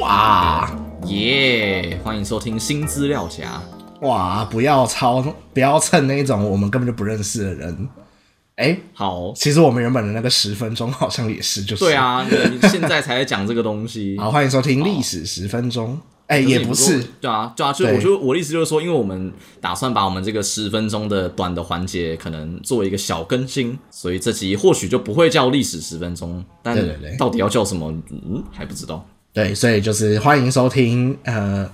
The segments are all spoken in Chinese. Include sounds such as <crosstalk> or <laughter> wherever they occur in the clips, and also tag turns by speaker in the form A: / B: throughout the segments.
A: 哇
B: 耶欢迎收听新资料夹。
A: 哇，不要抄，不要蹭那种我们根本就不认识的人。哎、
B: 好，
A: 其实我们原本的那个十分钟好像也是，就是
B: 对，啊，你现在才讲这个东
A: <laughs>
B: 西。
A: 好，欢迎收听历史十分钟。哎、
B: 可
A: 也
B: 你
A: 不
B: 说
A: 是，，
B: 对啊，对啊，就是
A: 对
B: 我就我的意思就是说，因为我们打算把我们这个十分钟的短的环节，可能做一个小更新，所以这集或许就不会叫历史十分钟，但
A: 对对对
B: 到底要叫什么，嗯，还不知道。
A: 对，所以就是欢迎收听呃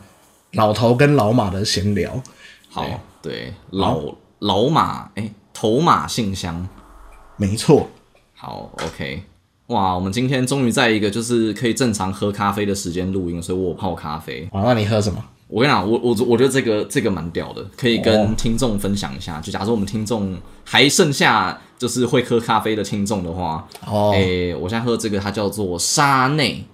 A: 老头跟老马的闲聊。
B: 好，对，老老马，哎、头马信箱，
A: 没错，
B: 好，OK，哇，我们今天终于在一个就是可以正常喝咖啡的时间录音，所以我有泡咖啡。
A: 哇，那你喝什么？
B: 我跟你讲，我我我觉得这个这个蛮屌的，可以
A: 哦
B: 跟听众分享一下。就假如我们听众还剩下就是会喝咖啡的听众的话，
A: 哦，
B: 诶、我现在喝这个它叫做沙内，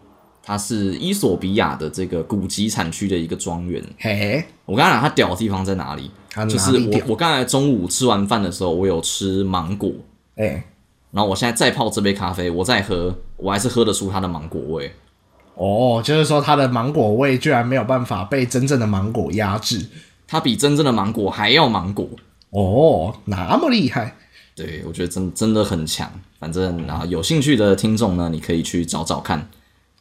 B: 它是伊索比亚的这个古籍产区的一个庄园。
A: 嘿，
B: 我刚才讲它屌的地方在哪里？
A: 他
B: 就
A: 啊哪
B: 是
A: 里
B: 我
A: 屌？
B: 我刚才中午吃完饭的时候，我有吃芒果，
A: 哎、
B: 然后我现在再泡这杯咖啡，我再喝，我还是喝得出它的芒果味。
A: 哦，就是说它的芒果味居然没有办法被真正的芒果压制。
B: 它比真正的芒果还要芒果。
A: 哦，那么厉害。
B: 对，我觉得真真的很强。反正啊，有兴趣的听众呢，你可以去找找看。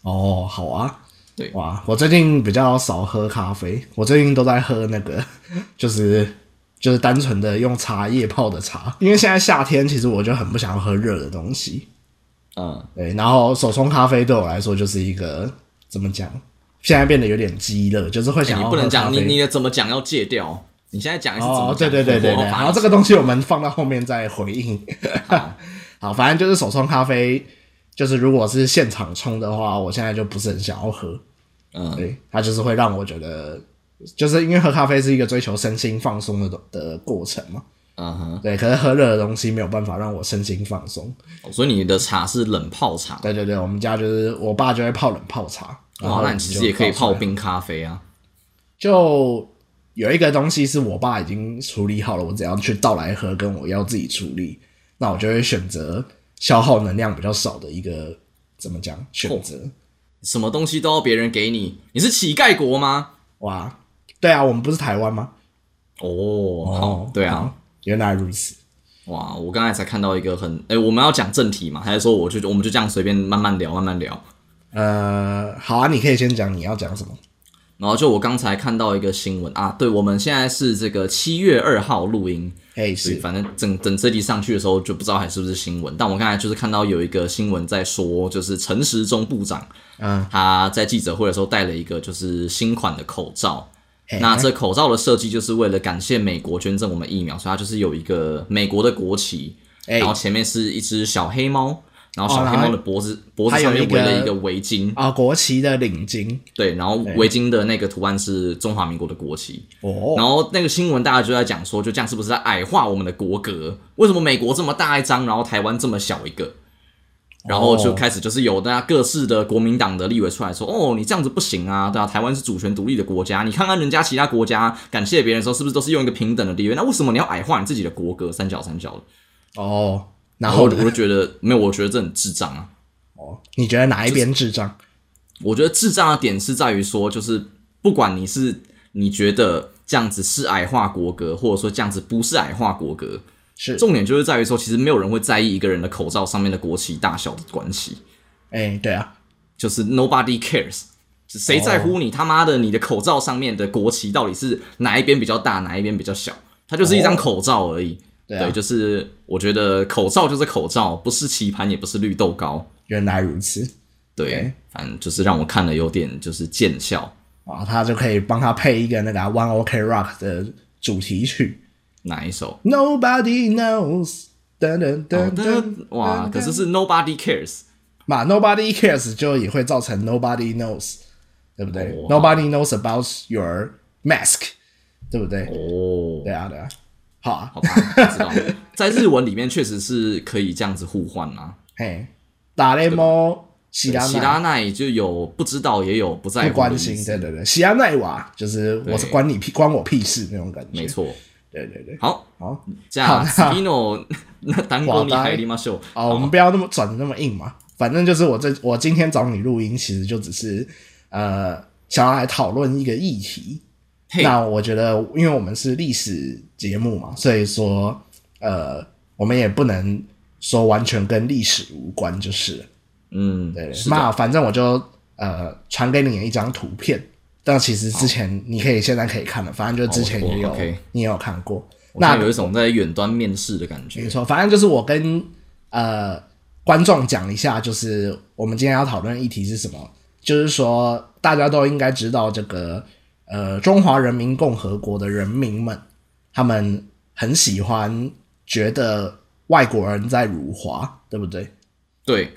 A: 哦，好啊。
B: 对
A: 哇，我最近比较少喝咖啡，我最近都在喝那个， <laughs> 就是就是单纯的用茶叶泡的茶，因为现在夏天，其实我就很不想要喝热的东西。
B: 嗯，
A: 对，然后手冲咖啡对我来说就是一个怎么讲，现在变得有点鸡肋，就是会
B: 哎
A: 想
B: 你
A: 要
B: 不
A: 喝
B: 能
A: 咖
B: 讲，你
A: 啡。
B: 你的怎么讲要戒掉？你现在讲一次怎么
A: 哦，对
B: 讲？
A: 对对对对，然后这个东西我们放到后面再回应。
B: 好
A: <laughs> 好，反正就是手冲咖啡，就是如果是现场冲的话，我现在就不是很想要喝。
B: 嗯，
A: 对，它就是会让我觉得，就是因为喝咖啡是一个追求身心放松的东的过程嘛。
B: 嗯哼，
A: 对，可是喝热的东西没有办法让我身心放松。
B: 哦所以你的茶是冷泡茶，
A: 对对对，我们家就是我爸就会泡冷泡茶，然
B: 哇
A: 后，
B: 那你其实也可以
A: 就出
B: 泡
A: 来。
B: 冰咖啡啊。
A: 就有一个东西是我爸已经处理好了，我只要去倒来喝，跟我要自己处理，那我就会选择消耗能量比较少的一个怎么讲选择。
B: 什么东西都要别人给你，你是乞丐国吗？
A: 哇，对啊，我们不是台湾吗？
B: 哦，好，对啊，
A: 好，原来如此。
B: 哇，我刚才才看到一个很，哎，我们要讲正题嘛，还是说我就我们就这样随便慢慢聊，慢慢聊？
A: 呃，好啊，你可以先讲你要讲什么。
B: 然后就我刚才看到一个新闻啊，对，我们现在是这个七月二号录音，
A: 哎，
B: 所以
A: 是
B: 反正整整这集上去的时候就不知道还是不是新闻，但我刚才就是看到有一个新闻在说，就是陈时中部长
A: 嗯，
B: 他在记者会的时候戴了一个就是新款的口罩，
A: 嘿
B: 那这口罩的设计就是为了感谢美国捐赠我们疫苗，所以它就是有一个美国的国旗，
A: 哎
B: 然后前面是一只小黑猫。然后
A: 哦
B: 小
A: 然
B: 黑
A: 后
B: 猫的脖子、脖子
A: 它有
B: 上面
A: 一
B: 围了
A: 个
B: 一个围巾，
A: 啊，国旗的领巾
B: 对，然后
A: 对
B: 围巾的那个图案是中华民国的国旗，
A: 哦，
B: 然后那个新闻大家就在讲说，就这样是不是在矮化我们的国格？为什么美国这么大一张，然后台湾这么小一个？然后就开始就是有大家各式的国民党的立委出来说，哦，你这样子不行啊，对啊，台湾是主权独立的国家，你看看人家其他国家感谢别人的时候，是不是都是用一个平等的地位？那为什么你要矮化你自己的国格？三角三角的，
A: 哦，然
B: 然后
A: 后
B: 我
A: 呢
B: 就觉得没有，我觉得这很智障啊。
A: 哦，你觉得哪一边智障？
B: 我觉得智障的点是在于说，就是不管你是你觉得这样子是矮化国格，或者说这样子不是矮化国格，
A: 是，
B: 重点就是在于说，其实没有人会在意一个人的口罩上面的国旗大小的关系，
A: 哎，对啊，
B: 就是 nobody cares，是谁在乎你、他妈的你的口罩上面的国旗到底是哪一边比较大，哪一边比较小？它就是一张口罩而已。
A: 对啊，
B: 就是我觉得口罩就是口罩，不是棋盘，也不是绿豆糕。
A: 原来如此。
B: 对
A: OK
B: 反正就是让我看了有点就是见笑。
A: 哇，啊他就可以帮他配一个那个啊 One OK Rock 的主题曲
B: 哪一首？
A: ，Nobody Knows。噔噔
B: 哦
A: 噔噔，
B: 但哇，
A: 噔
B: 可是是 nobody cares。
A: 嘛，Nobody cares 就也会造成 Nobody knows，对不对
B: 哦
A: ？Nobody knows about your mask，对不对？
B: 哦
A: 对，啊，对啊，好啊，
B: 好吧，不知道。 <laughs> 在日文里面确实是可以这样子互换啊。
A: 嘿，打雷猫喜拉
B: 喜拉奈就有不知道，也有不在乎
A: 不关
B: 的意
A: 心，
B: 思
A: 对对对，喜拉奈瓦就是我是关你屁关我屁事那种感觉，
B: 没，错。
A: 对对对，
B: 好，
A: 好，
B: 这样 Spino <laughs> 那当过你海里马秀，
A: 好，我们不要那么转的那么硬嘛，反正就是我这我今天找你录音，其实就只是。呃想要来讨论一个议题。
B: 嘿
A: 那我觉得，因为我们是历史节目嘛，所以说呃我们也不能说完全跟历史无关，就是了
B: 嗯，
A: 对，
B: 是的，
A: 那反正我就呃传给你一张图片，但其实之前你可以现在可以看了，反正就之前
B: 好我
A: 也有、
B: 我 OK
A: 你也有看过。
B: 我现在
A: 那
B: 有一种在远端面试的感
A: 没
B: 觉。
A: 错，反正就是我跟呃观众讲一下，就是我们今天要讨论的议题是什么，就是说大家都应该知道这个呃中华人民共和国的人民们，他们很喜欢觉得外国人在辱华，对不对？
B: 对，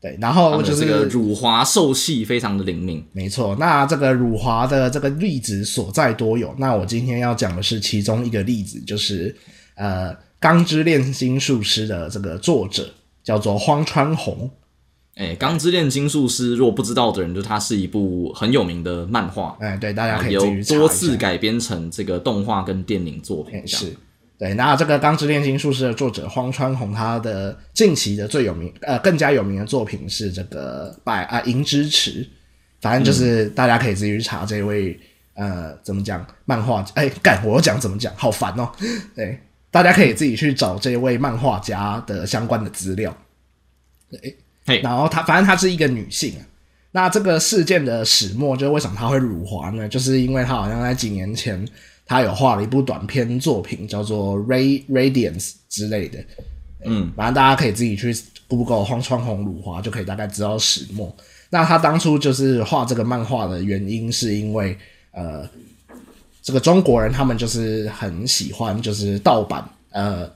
A: 对，然
B: 他
A: 后
B: 们
A: 哦就
B: 的
A: 是
B: 这个辱华受气非常的灵敏。
A: 没错，那这个辱华的这个例子所在多有。那我今天要讲的是其中一个例子，就是呃《钢之炼金术师》的这个作者叫做荒川弘。
B: 哎，《钢之炼金术师》如果不知道的人，就它是一部很有名的漫画，
A: 哎，对，大家可以自己
B: 啊有
A: 去查
B: 多
A: 一
B: 次
A: 下。
B: 改编成这个动画跟电影作品
A: 哎，
B: 这样。
A: 是，对。那这个《钢之炼金术师》的作者荒川弘，他的近期的最有名，呃，更加有名的作品是这个《百啊银之匙》，反正
B: 嗯
A: 就是大家可以自己去查这位。呃，怎么讲？漫画家哎，干！我要讲怎么讲，好烦哦。对，大家可以自己去找这位漫画家的相关的资料。
B: 嘿，
A: 然后她反正她是一个女性啊。那这个事件的始末，就是为什么她会辱华呢？就是因为她好像在几年前，她有画了一部短篇作品，叫做《Ray Radiance》之类的。
B: 嗯，
A: 反正大家可以自己去 Google 荒川弘辱华，就可以大概知道始末。那他当初就是画这个漫画的原因，是因为呃，这个中国人他们就是很喜欢就是盗版呃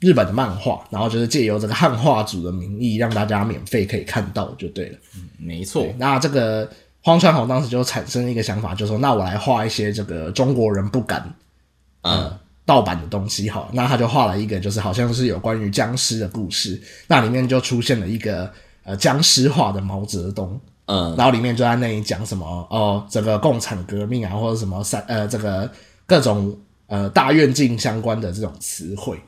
A: 日本的漫画，然后就是借由这个汉化组的名义，让大家免费可以看到就对了。
B: 没错，
A: 那这个荒川弘当时就产生一个想法，就说那我来画一些这个中国人不敢呃
B: 嗯，
A: 盗版的东西好，那他就画了一个，就是好像是有关于僵尸的故事，那里面就出现了一个呃僵尸化的毛泽东，
B: 呃，
A: 然后里面就在那里讲什么哦，这个共产革命啊，或者什么三呃这个各种呃大跃进相关的这种词汇，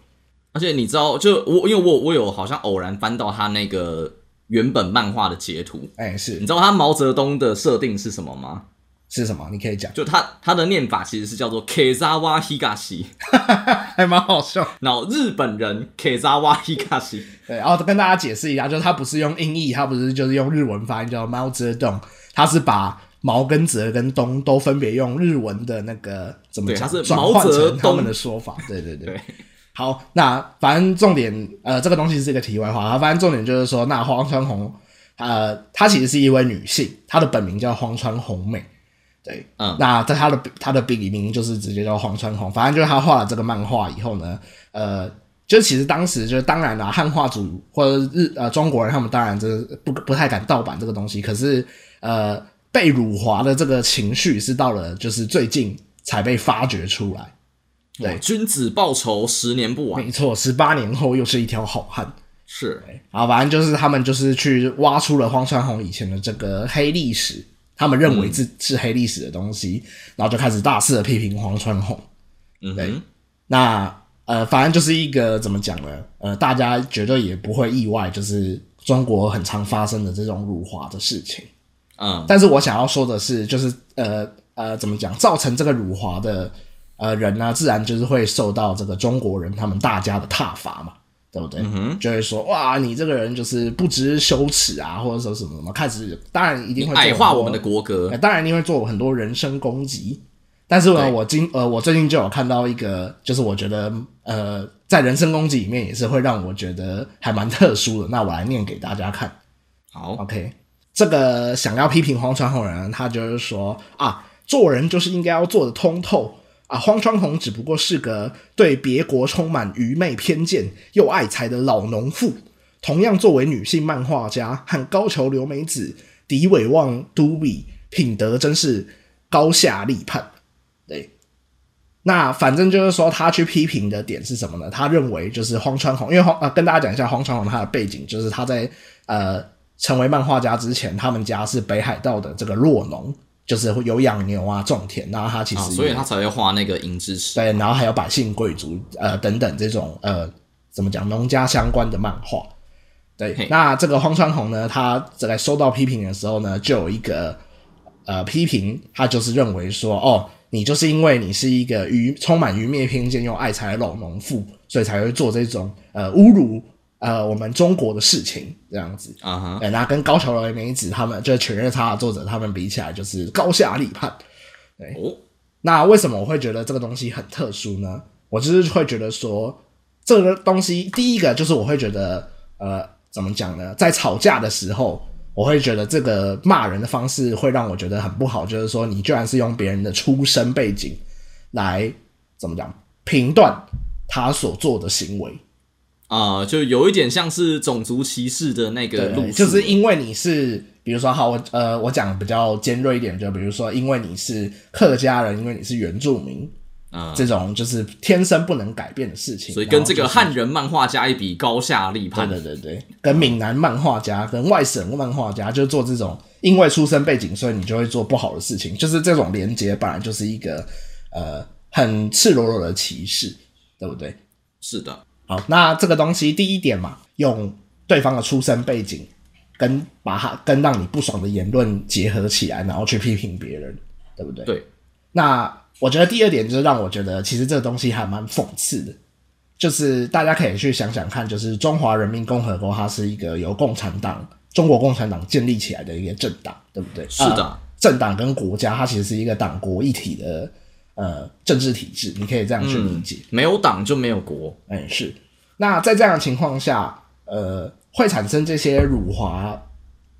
B: 而且你知道，就我因为我我有好像偶然翻到他那个原本漫画的截图，
A: 哎、是
B: 你知道他毛泽东的设定是什么吗？
A: 是什么？你可以讲， <laughs>
B: 就他他的念法其实是叫做 Kezawa Higashi，
A: 还蛮好笑。
B: 然后日本人 Kezawa Higashi，
A: 对，然后跟大家解释一下，就是他不是用音译，他不是就是用日文发音叫毛泽东，他是把毛跟泽跟东都分别用日文的那个怎么
B: 对
A: 讲
B: 他是
A: 转
B: 毛
A: 换
B: 泽
A: 成他们
B: 东
A: 的说法。对对对。
B: 对
A: 好，那反正重点，呃，这个东西是一个题外话，反正重点就是说，那荒川弘，呃，她其实是一位女性，她的本名叫荒川弘美。对，
B: 嗯
A: 那在她的她的笔名就是直接叫荒川弘，反正就是她画了这个漫画以后呢，呃，就其实当时就当然啦，汉化组或者日呃中国人他们当然就是不不太敢盗版这个东西，可是呃被辱华的这个情绪是到了就是最近才被发掘出来。对
B: 哇哦君子报仇，十年不晚，
A: 没错，十八年后又是一条好汉。
B: 是，
A: 啊，反正就是他们就是去挖出了荒川弘以前的这个黑历史，他们认为是、是黑历史的东西，然后就开始大肆的批评荒川弘。
B: 嗯
A: 对
B: 哼，
A: 那呃，反正就是一个怎么讲呢？呃，大家绝对也不会意外，就是中国很常发生的这种辱华的事情。
B: 嗯，
A: 但是我想要说的是，就是呃呃，怎么讲，造成这个辱华的呃人呢、自然就是会受到这个中国人他们大家的挞伐嘛，对不对？
B: 嗯
A: 就会说哇，你这个人就是不知羞耻啊，或者说什么什么，开始当然一定会做
B: 矮
A: 很
B: 化
A: 多
B: 我们的国格
A: 呃，当然一定会做很多人身攻击。但是呢，
B: 对
A: 我今呃，我最近就有看到一个，就是我觉得呃，在人身攻击里面也是会让我觉得还蛮特殊的。那我来念给大家看。
B: 好，
A: OK，这个想要批评荒川弘的人，他就是说啊，做人就是应该要做的通透啊。荒川弘只不过是个对别国充满愚昧偏见又爱财的老农妇。同样作为女性漫画家和高桥留美子、迪伟望都比，品德真是高下立判。对，那反正就是说，他去批评的点是什么呢？他认为就是荒川弘，因为荒呃，跟大家讲一下荒川弘他的背景，就是他在呃成为漫画家之前，他们家是北海道的这个落农，就是会有养牛啊、种田，然后他其实
B: 啊，
A: 也、
B: 所以他才会画那个银之匙，
A: 对，然后还有百姓贵族呃等等这种呃怎么讲农家相关的漫画。对
B: 嘿，
A: 那这个荒川弘呢，他在收到批评的时候呢，就有一个呃批评，他就是认为说，哦，你就是因为你是一个愚充满愚昧偏见又爱财老农妇，所以才会做这种呃侮辱呃我们中国的事情这样子。呃
B: 啊哈，
A: 对，那跟高桥留美子他们就是《犬夜叉》的作者他们比起来，就是高下立判。
B: 哦，
A: 那为什么我会觉得这个东西很特殊呢？我就是会觉得说，这个东西第一个就是我会觉得，呃，怎么讲呢？在吵架的时候，我会觉得这个骂人的方式会让我觉得很不好，就是说你居然是用别人的出身背景来怎么讲评断他所做的行为，
B: 啊、就有一点像是种族歧视的那个路
A: 对，
B: 数，
A: 就
B: 啊
A: 是因为你是，比如说，好，我呃，我讲比较尖锐一点，就比如说，因为你是客家人，因为你是原住民，
B: 啊
A: 这种就是天生不能改变的事情。
B: 所以跟这个
A: 然后
B: 汉人漫画家一比，高下立判。
A: 就是，对对对对，跟闽南漫画家、跟外省漫画家，就是做这种因为出身背景，所以你就会做不好的事情，就是这种连接本来就是一个呃很赤裸裸的歧视，对不对？
B: 是的，
A: 好，那这个东西第一点嘛，用对方的出身背景跟把他跟让你不爽的言论结合起来，然后去批评别人，对不对？
B: 对。
A: 那我觉得第二点就是让我觉得其实这个东西还蛮讽刺的，就是大家可以去想想看，就是中华人民共和国它是一个由共产党中国共产党建立起来的一个政党，对不对？
B: 是的
A: 呃政党跟国家它其实是一个党国一体的呃政治体制，你可以这样去理解。
B: 没有党就没有国。
A: 哎、是。那在这样的情况下，呃，会产生这些辱华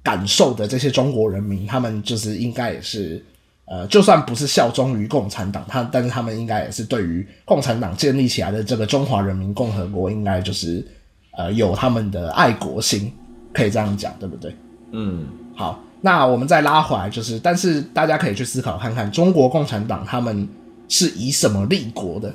A: 感受的这些中国人民，他们就是应该也是，呃，就算不是效忠于共产党，他但是他们应该也是对于共产党建立起来的这个中华人民共和国，应该就是呃有他们的爱国心，可以这样讲，对不对？
B: 嗯，
A: 好，那我们再拉回来，就是，但是大家可以去思考看看，中国共产党他们是以什么立国的，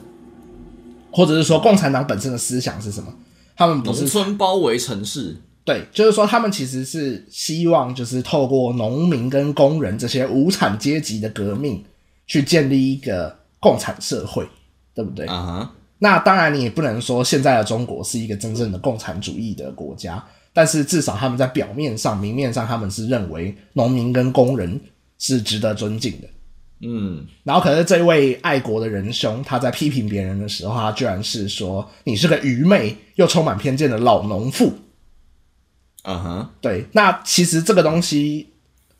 A: 或者是说共产党本身的思想是什么？他们不
B: 农
A: 是
B: 村包围城市。
A: 对，就是说他们其实是希望就是透过农民跟工人这些无产阶级的革命，去建立一个共产社会，对不对？
B: 啊哈，
A: 那当然，你也不能说现在的中国是一个真正的共产主义的国家，但是至少他们在表面上、明面上，他们是认为农民跟工人是值得尊敬的。
B: 嗯，
A: 然后，可是这位爱国的仁兄，他在批评别人的时候，他居然是说你是个愚昧又充满偏见的老农妇。
B: 啊哈，
A: 对，那其实这个东西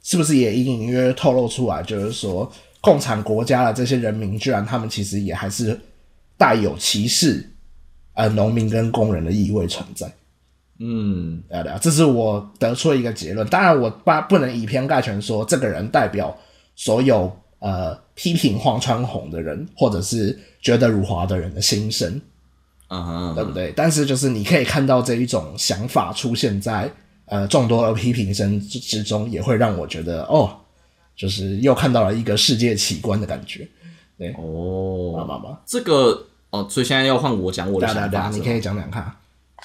A: 是不是也隐隐约约透露出来，就是说共产国家的这些人民，居然他们其实也还是带有歧视呃农民跟工人的意味存在。
B: 嗯，
A: 对啊对啊，这是我得出的一个结论。当然，我不不能以偏概全说这个人代表所有呃批评黄川红的人，或者是觉得辱华的人的心声。
B: 啊哈，
A: 对不对？但是就是你可以看到这一种想法出现在呃众多的批评声之之中，也会让我觉得哦，就是又看到了一个世界奇观的感觉，好
B: 哦，
A: 吧吧？
B: 这个哦，所以现在要换我讲我
A: 对啊
B: 的
A: 对啊
B: 想
A: 对啊，
B: 法。是
A: 你
B: 吗
A: 可以讲讲看。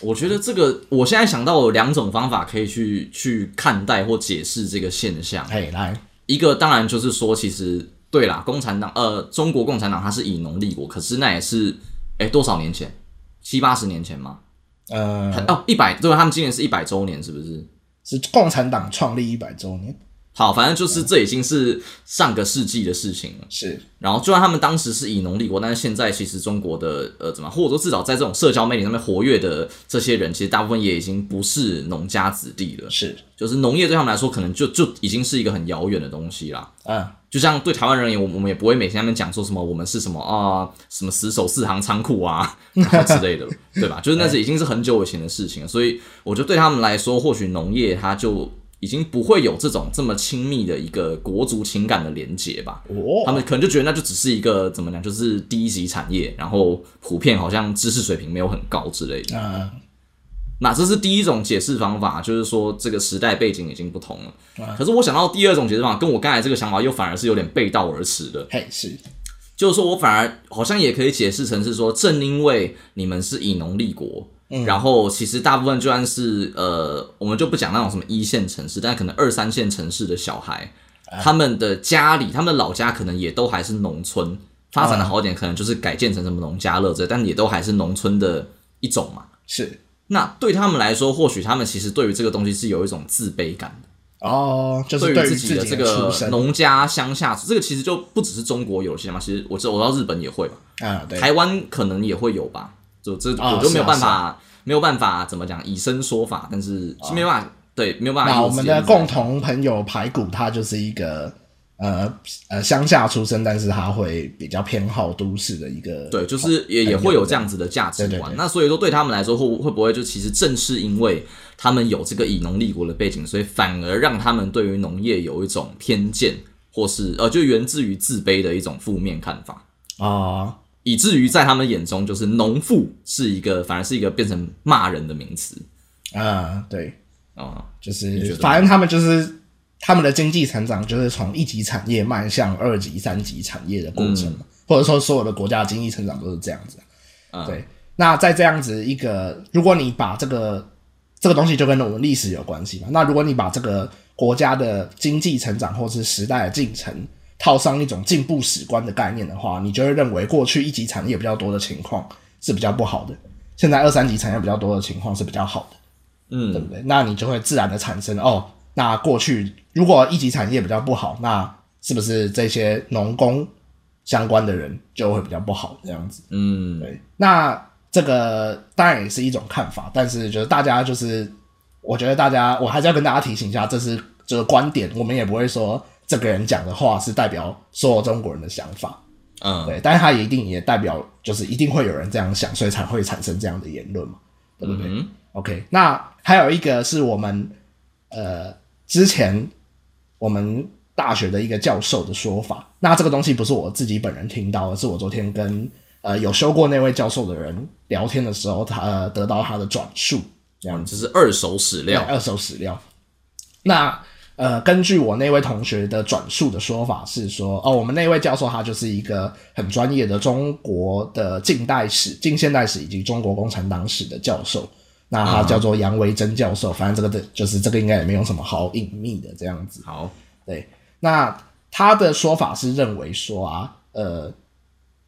B: 我觉得这个，我现在想到有两种方法可以去去看待或解释这个现象。
A: 嘿，哎来，
B: 一个当然就是说，其实对啦，共产党呃，中国共产党它是以农立国，可是那也是哎多少年前，七八十年前吗？
A: 呃，
B: 哦，一百，对，他们今年是一百周年，是不是？
A: 是共产党创立一百周年，
B: 好，反正就是这已经是上个世纪的事情了。
A: 是
B: 然后，就算他们当时是以农立国，但是现在其实中国的呃，怎么或者说至少在这种社交媒体上面活跃的这些人，其实大部分也已经不是农家子弟了。
A: 是，
B: 就是农业对他们来说，可能就就已经是一个很遥远的东西啦。
A: 嗯，
B: 就像对台湾人而言，我们我们也不会每天在那边讲说什么我们是什么啊、什么死守四行仓库啊 <laughs> 然后之类的，对吧？就是那是已经是很久以前的事情了，所以我觉得对他们来说，或许农业它就已经不会有这种这么亲密的一个国族情感的连结吧。他
A: 哦，
B: 们可能就觉得那就只是一个怎么讲，就是低级产业，然后普遍好像知识水平没有很高之类的。
A: 嗯
B: 那这是第一种解释方法，就是说这个时代背景已经不同了。可是我想到第二种解释方法，跟我刚才这个想法又反而是有点背道而驰的，
A: 嘿，是，
B: 就是说我反而好像也可以解释成是说，正因为你们是以农立国。然后其实大部分就算是呃，我们就不讲那种什么一线城市，但可能二三线城市的小孩，他们的家里、他们的老家可能也都还是农村，发展的好一点，可能就是改建成什么农家乐之类，但也都还是农村的一种嘛。
A: 是，
B: 那对他们来说，或许他们其实对于这个东西是有一种自卑感的，
A: 哦，就是
B: 对于
A: 于
B: 自己的
A: 的
B: 这
A: 出
B: 个
A: 身
B: 农家乡下，这个其实就不只是中国有些嘛，其实我知道我知道日本也会吧，
A: 啊，对，
B: 台湾可能也会有吧，就这
A: 啊
B: 我就没有办
A: 是
B: 法、
A: 啊
B: 没有办法怎么讲以身说法，但是是没有办法、对没有办法以
A: 啊那
B: 自
A: 我
B: 己
A: 们
B: 例子
A: 的
B: 来
A: 共同朋友排骨，他就是一个呃呃乡下出身，但是他会比较偏好都市的一个
B: 对，就是也也会有这样子的价值观。
A: 对对对
B: 那所以说，对他们来说，会会不会就其实正是因为他们有这个以农立国的背景，所以反而让他们对于农业有一种偏见，或是呃，就源自于自卑的一种负面看法，
A: 啊
B: 以至于在他们眼中，就是农妇是一个反而是一个变成骂人的名词
A: 啊，对，
B: 啊、
A: 就
B: 觉
A: 是
B: 得呢
A: 反正他们就是他们的经济成长就是从一级产业迈向二级、三级产业的过程嘛，或者说所有的国家的经济成长都是这样子。啊
B: 嗯
A: 对，那在这样子一个，如果你把这个这个东西就跟我们历史有关系嘛，那如果你把这个国家的经济成长或是时代的进程套上一种进步史观的概念的话，你就会认为过去一级产业比较多的情况是比较不好的，现在二三级产业比较多的情况是比较好的。对
B: 嗯，
A: 不对？那你就会自然的产生哦，那过去如果一级产业比较不好，那是不是这些农工相关的人就会比较不好这样子？
B: 嗯，
A: 对，那这个当然也是一种看法，但是就是大家就是，我觉得大家我还是要跟大家提醒一下，这是这个观点，我们也不会说这个人讲的话是代表所有中国人的想法，
B: 嗯，
A: 对，但是他也一定也代表就是一定会有人这样想，所以才会产生这样的言论嘛。
B: 对不对？
A: OK，那还有一个是我们呃之前我们大学的一个教授的说法。那这个东西不是我自己本人听到，而是我昨天跟呃有修过那位教授的人聊天的时候，他、呃、得到他的转述，这样子。
B: 这是二手史料，
A: 对二手史料。那呃，根据我那位同学的转述的说法是说，哦，我们那位教授他就是一个很专业的中国的近代史、近现代史以及中国共产党史的教授。那他叫做杨维珍教授，反正这个的就是这个应该也没有什么好隐秘的这样子。
B: 好，
A: 对，那他的说法是认为说啊，呃，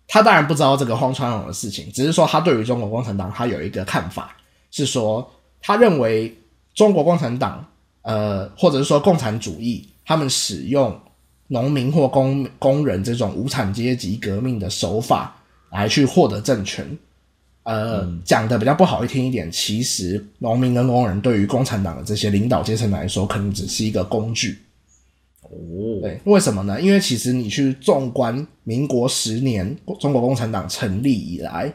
A: 他当然不知道这个荒川勇的事情，只是说他对于中国共产党他有一个看法，是说他认为中国共产党呃，或者是说共产主义，他们使用农民或工工人这种无产阶级革命的手法来去获得政权。呃，讲的比较不好听一点，其实农民跟工人对于共产党的这些领导阶层来说，可能只是一个工具。
B: 哦，
A: 对，为什么呢？因为其实你去纵观民国十年中国共产党成立以来，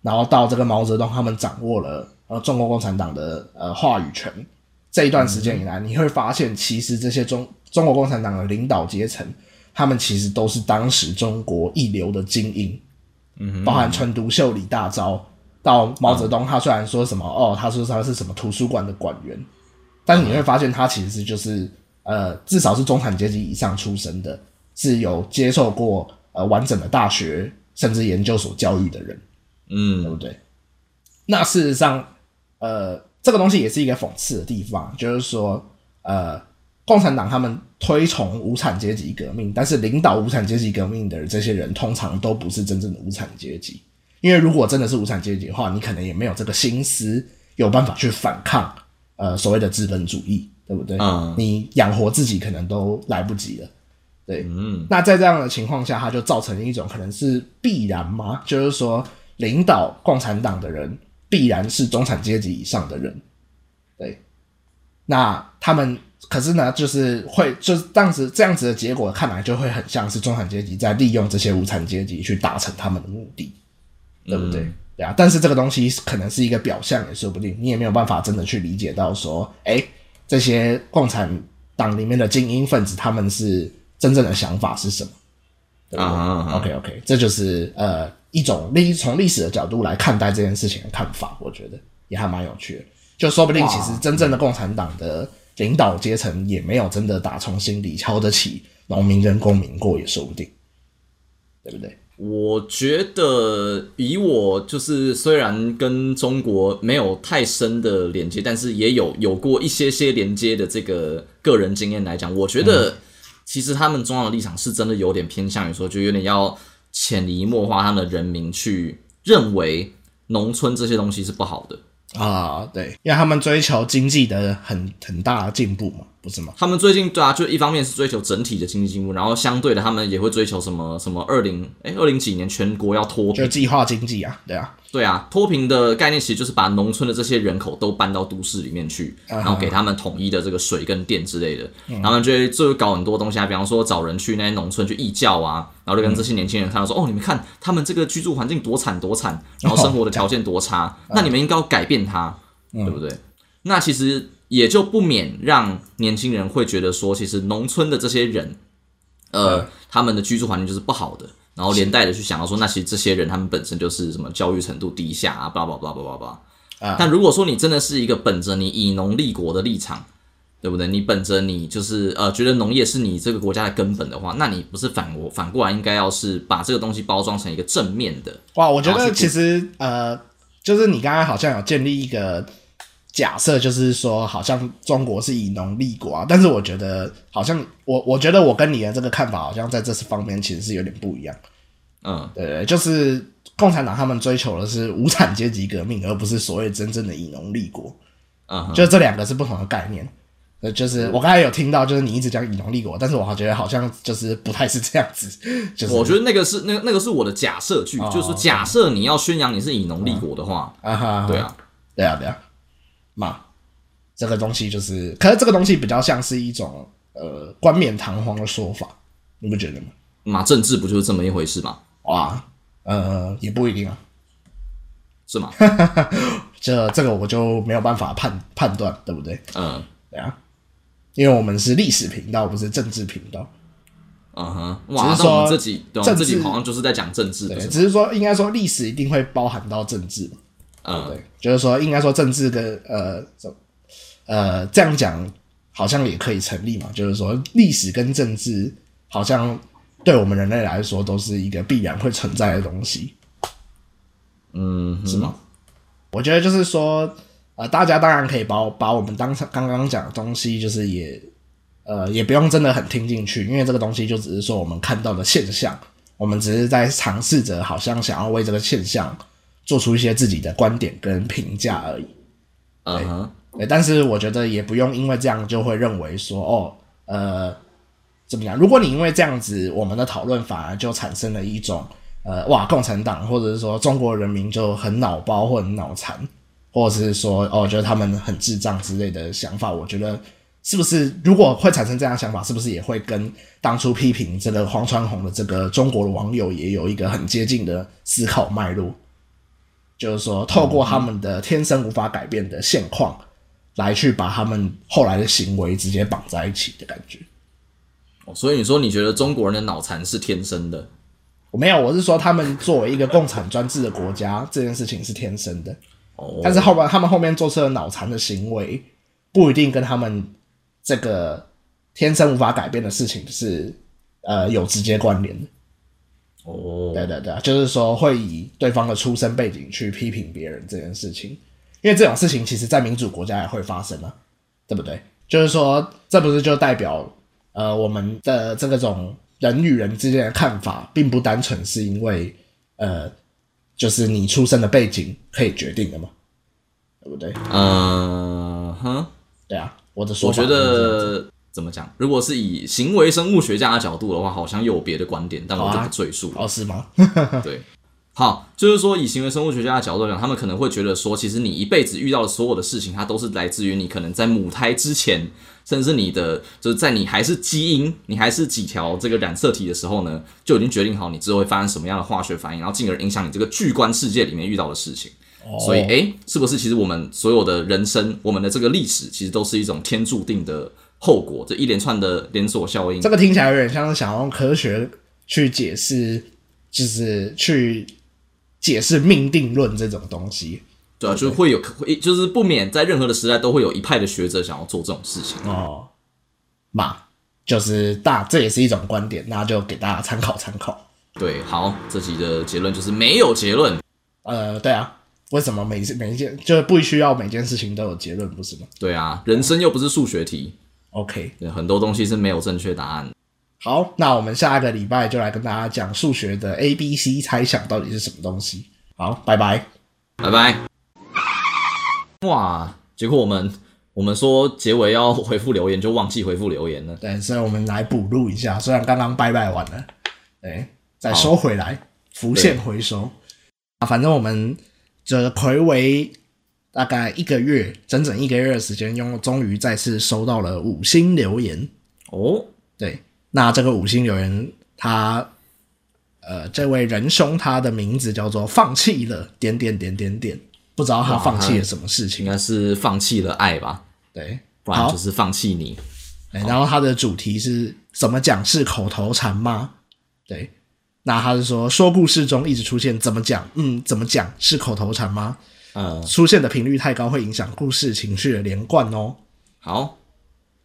A: 然后到这个毛泽东他们掌握了呃中国共产党的呃话语权这一段时间以来，你会发现其实这些中中国共产党的领导阶层，他们其实都是当时中国一流的精英，包含陈独秀、李大钊到毛泽东，他虽然说什么、哦，他说他是什么图书馆的馆员，但是你会发现他其实就是呃，至少是中产阶级以上出身的，是有接受过呃完整的大学甚至研究所教育的人，对
B: 嗯
A: 不对？那事实上，呃，这个东西也是一个讽刺的地方，就是说，呃，共产党他们推崇无产阶级革命，但是领导无产阶级革命的这些人，通常都不是真正的无产阶级。因为如果真的是无产阶级的话，你可能也没有这个心思，有办法去反抗呃所谓的资本主义，对不对？
B: 嗯
A: 你养活自己可能都来不及了。
B: 嗯，
A: 那在这样的情况下，它就造成一种可能是必然吗？就是说，领导共产党的人必然是中产阶级以上的人，对。那他们可是呢，就是会就是这样子这样子的结果，看来就会很像是中产阶级在利用这些无产阶级去达成他们的目的，对不对？
B: 嗯
A: 对啊，但是这个东西可能是一个表象，也说不定，你也没有办法真的去理解到说，哎，这些共产党里面的精英分子他们是真正的想法是什么？对不对、
B: 啊啊啊
A: o k OK，这就是呃一种历从历史的角度来看待这件事情的看法，我觉得也还蛮有趣的。就说不定其实真正的共产党的领导阶层也没有真的打从心底瞧得起农民跟公民过，也说不定，对不对？
B: 我觉得以我就是虽然跟中国没有太深的连接，但是也有有过一些些连接的这个个人经验来讲，我觉得其实他们中央的立场是真的有点偏向于说，就有点要
A: 嗯
B: 潜移默化他们的人民去认为农村这些东西是不好的。
A: 啊，对，因为他们追求经济的很很大的进步嘛，不是吗？
B: 他们最近对啊，就一方面是追求整体的经济进步，然后相对的他们也会追求什么什么二零哎二零几年全国要脱
A: 就
B: 贫，
A: 计划经济啊，对啊，
B: 对啊，脱贫的概念其实就是把农村的这些人口都搬到都市里面去，然后给他们统一的这个水跟电之类的，然后他们就会就会搞很多东西啊，比方说找人去那些农村去义教啊，然后就跟这些年轻人看到说、哦，你们看他们这个居住环境多惨多惨，然后生活的条件多差，那你们应该要改变它，对不对？那其实也就不免让年轻人会觉得说，其实农村的这些人，呃，
A: 嗯
B: 他们的居住环境就是不好的，然后连带的去想到说，那其实这些人他们本身就是什么教育程度低下啊，巴拉巴拉巴拉巴
A: 啊
B: 拉。但如果说你真的是一个本着你以农立国的立场，对不对？你本着你就是呃，觉得农业是你这个国家的根本的话，那你不是反过反过来应该要是把这个东西包装成一个正面的，
A: 哇，我觉
B: 然后
A: 得
B: 去
A: 其实呃，就是你刚刚好像有建立一个假设，就是说好像中国是以农立国啊，但是我觉得好像我我觉得我跟你的这个看法好像在这方面其实是有点不一样。
B: 嗯，
A: 对，就是共产党他们追求的是无产阶级革命，而不是所谓真正的以农立国。
B: 嗯哼
A: 就这两个是不同的概念。呃，就是我刚才有听到，就是你一直讲以农立国，但是我好觉得好像就是不太是这样子，就是哦
B: 我觉得那个是那个那个是我的假设句，就是说假设你要宣扬你是以农立国的话，
A: 啊哈，
B: 对啊，
A: 对啊，对啊，嘛，这个东西就是，可是这个东西比较像是一种呃冠冕堂皇的说法，你不觉得吗？
B: 嘛政治不就是这么一回事嘛，
A: 哇，呃，也不一定啊，
B: 是吗？
A: 这这个我就没有办法判判断，对不对？
B: 嗯
A: 对啊，因为我们是历史频道，不是政治频道。
B: 嗯哼，
A: 只
B: 哇，
A: 是
B: 那我
A: 说
B: 们这集对，我
A: 政
B: 们这集
A: 治
B: 好像就是在讲政治，不
A: 对，
B: 是吗？
A: 只是说应该说历史一定会包含到政治嘛，
B: 嗯，
A: 对，就是说应该说政治的呃怎呃这样讲好像也可以成立嘛，就是说历史跟政治好像对我们人类来说都是一个必然会存在的东西，
B: 嗯，
A: 是吗？我觉得就是说呃，大家当然可以把我把我们当成刚刚讲的东西，就是也呃也不用真的很听进去，因为这个东西就只是说我们看到的现象，我们只是在尝试着好像想要为这个现象做出一些自己的观点跟评价而已。
B: 嗯哼，
A: 对，但是我觉得也不用因为这样就会认为说哦，呃，怎么样？如果你因为这样子，我们的讨论反而就产生了一种呃，哇，共产党或者是说中国人民就很脑包或很脑残，或者是说哦，觉得他们很智障之类的想法，我觉得。是不是如果会产生这样的想法，是不是也会跟当初批评这个黄传宏的这个中国的网友也有一个很接近的思考脉络？就是说，透过他们的天生无法改变的现况，来去把他们后来的行为直接绑在一起的感觉。
B: 哦所以你说你觉得中国人的脑残是天生的？
A: 我没有，我是说他们作为一个共产专制的国家，这件事情是天生的，
B: 哦，
A: 但是后面他们后面做出的脑残的行为，不一定跟他们这个天生无法改变的事情是呃有直接关联的。
B: 哦，
A: 对对对，就是说会以对方的出身背景去批评别人这件事情，因为这种事情其实在民主国家也会发生啊，对不对？就是说，这不是就代表呃我们的这个种人与人之间的看法，并不单纯是因为呃就是你出生的背景可以决定的嘛，对不对？
B: 嗯哼，
A: 对啊，我的说
B: 我
A: 法
B: 觉
A: 就是这样
B: 得怎么讲？如果是以行为生物学家的角度的话，好像又有别的观点，但我就
A: 好
B: 不
A: 啊
B: 赘述了。
A: 哦是吗？
B: 对，好，就是说以行为生物学家的角度来讲，他们可能会觉得说，其实你一辈子遇到的所有的事情，它都是来自于你可能在母胎之前，甚至你的就是在你还是基因，你还是几条这个染色体的时候呢，就已经决定好你之后会发生什么样的化学反应，然后进而影响你这个巨观世界里面遇到的事情。所以，
A: 哦
B: 诶，是不是其实我们所有的人生，我们的这个历史，其实都是一种天注定的后果，这一连串的连锁效应
A: 这。个听起来有点像是想要用科学去解释，就是去解释命定论这种东西
B: 对啊，就是会有，会就是不免在任何的时代都会有一派的学者想要做这种事情。
A: 哦。嘛，就是大，这也是一种观点，那就给大家参考参考。
B: 对，好，这集的结论就是没有结论。
A: 呃，对啊，为什么每一次每一件就是不需要每件事情都有结论，不是吗
B: 对啊，人生又不是数学题，
A: ？OK，
B: 对很多东西是没有正确答案的。
A: 好，那我们下个礼拜就来跟大家讲数学的 A、B、C 猜想到底是什么东西。好，拜拜。
B: 拜拜。哇，结果我们我们说结尾要回复留言，就忘记回复留言了。
A: 对，所以我们来补录一下，虽然刚刚拜拜完了，对，再收回来，浮现回收啊，反正我们这魁违大概一个月，整整一个月的时间，用终于再次收到了五星留言。
B: 哦，
A: 对，那这个五星留言，他呃，这位仁兄他的名字叫做放弃了点点点点点，不知道他放弃了什么事
B: 应
A: 情。
B: 该是放弃了爱吧，
A: 对，
B: 不然
A: 好
B: 就是放弃你。
A: 对哎然后他的主题是怎么讲是口头禅吗？对，那他是说说故事中一直出现怎么讲，嗯，怎么讲是口头禅吗？
B: 嗯，
A: 出现的频率太高会影响故事情绪的连贯哦。
B: 好，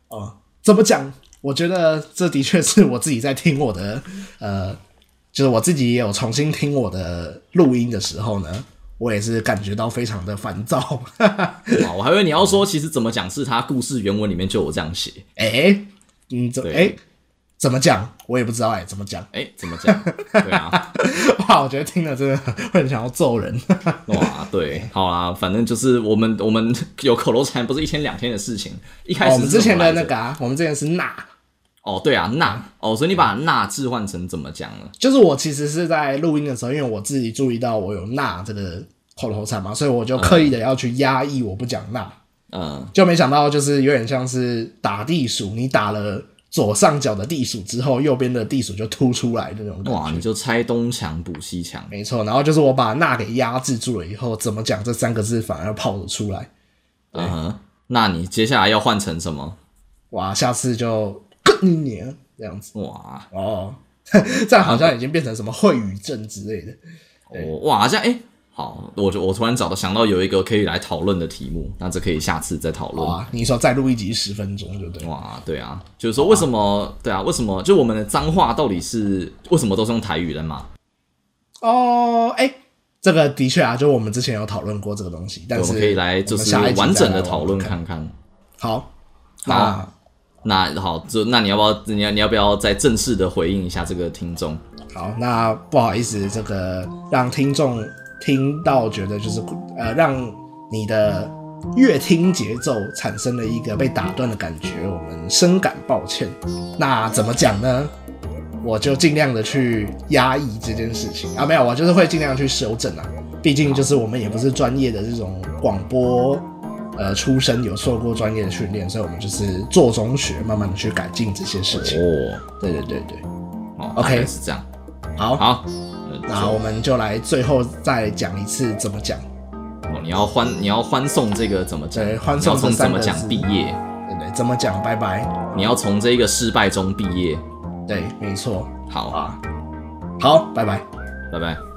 A: 哦，怎么讲？我觉得这的确是我自己在听我的，呃，就是我自己也有重新听我的录音的时候呢，我也是感觉到非常的烦躁。 <laughs>
B: 哇我还以为你要说，其实怎么讲是他故事原文里面就有这样写。
A: 哎、嗯，怎哎、
B: 对
A: 怎么讲？我也不知道哎、怎么讲？ <laughs>
B: 哎、怎么讲？对啊，
A: 哇，我觉得听了真的会很想要揍人。
B: 哇，对，好啦，反正就是我们我们有口头禅不是一天两天的事情，一开始、
A: 哦我们之前的那个啊，我们之前是那，
B: 哦，对啊，那哦，所以你把那置换成怎么讲了？
A: 就是我其实是在录音的时候，因为我自己注意到我有那这个口头禅嘛，所以我就刻意的要去压抑我不讲那。
B: 嗯，
A: 就没想到就是有点像是打地鼠，你打了左上角的地鼠之后，右边的地鼠就凸出来的那种感觉。
B: 哇，你就拆东墙补西墙，
A: 没错，然后就是我把那给压制住了以后，怎么讲这三个字反而跑了出来。
B: 嗯哼，那你接下来要换成什么？
A: 哇，下次就跟你娘这样子
B: 哇，
A: 哦， <laughs> 这样好像已经变成什么会语症之类的。
B: 我哇，这样哎、好，我就我突然找到想到有一个可以来讨论的题目，那这可以下次再讨论。
A: 哇，啊你说再录一集十分钟就对了。
B: 哇，对啊，就是说为什么？对啊，为什么？就我们的脏话到底是为什么都是用台语的嘛？
A: 哦，哎、这个的确啊，就我们之前有讨论过这个东西，但
B: 我
A: 是
B: 们可以来就
A: 我们
B: 是
A: 下一集
B: 完整
A: 再来
B: 的讨论
A: 玩玩看。
B: 看看。
A: 好，那
B: 好啊那好，就那你要不要？你要你要不要再正式的回应一下这个听众？
A: 好，那不好意思，这个让听众听到觉得就是呃，让你的乐听节奏产生了一个被打断的感觉，我们深感抱歉。那怎么讲呢？我就尽量的去压抑这件事情啊，没有，我就是会尽量去修正啊。毕竟就是我们也不是专业的这种广播呃出身，有受过专业的训练，所以我们就是做中学，慢慢的去改进这些事情。
B: 哦，
A: 对对对对，
B: 哦
A: OK
B: 大概是这样。
A: 好。
B: 好，
A: 那我们就来最后再讲一次怎么讲，
B: 哦，你要欢你要欢送这个怎么讲？
A: 对欢送
B: 你要从
A: 这三
B: 怎么
A: 个
B: 讲
A: 字
B: 毕业？
A: 对不对？怎么讲？拜拜。
B: 你要从这个失败中毕业。
A: 对，没错。
B: 好，
A: 啊，好，拜拜。
B: 拜拜。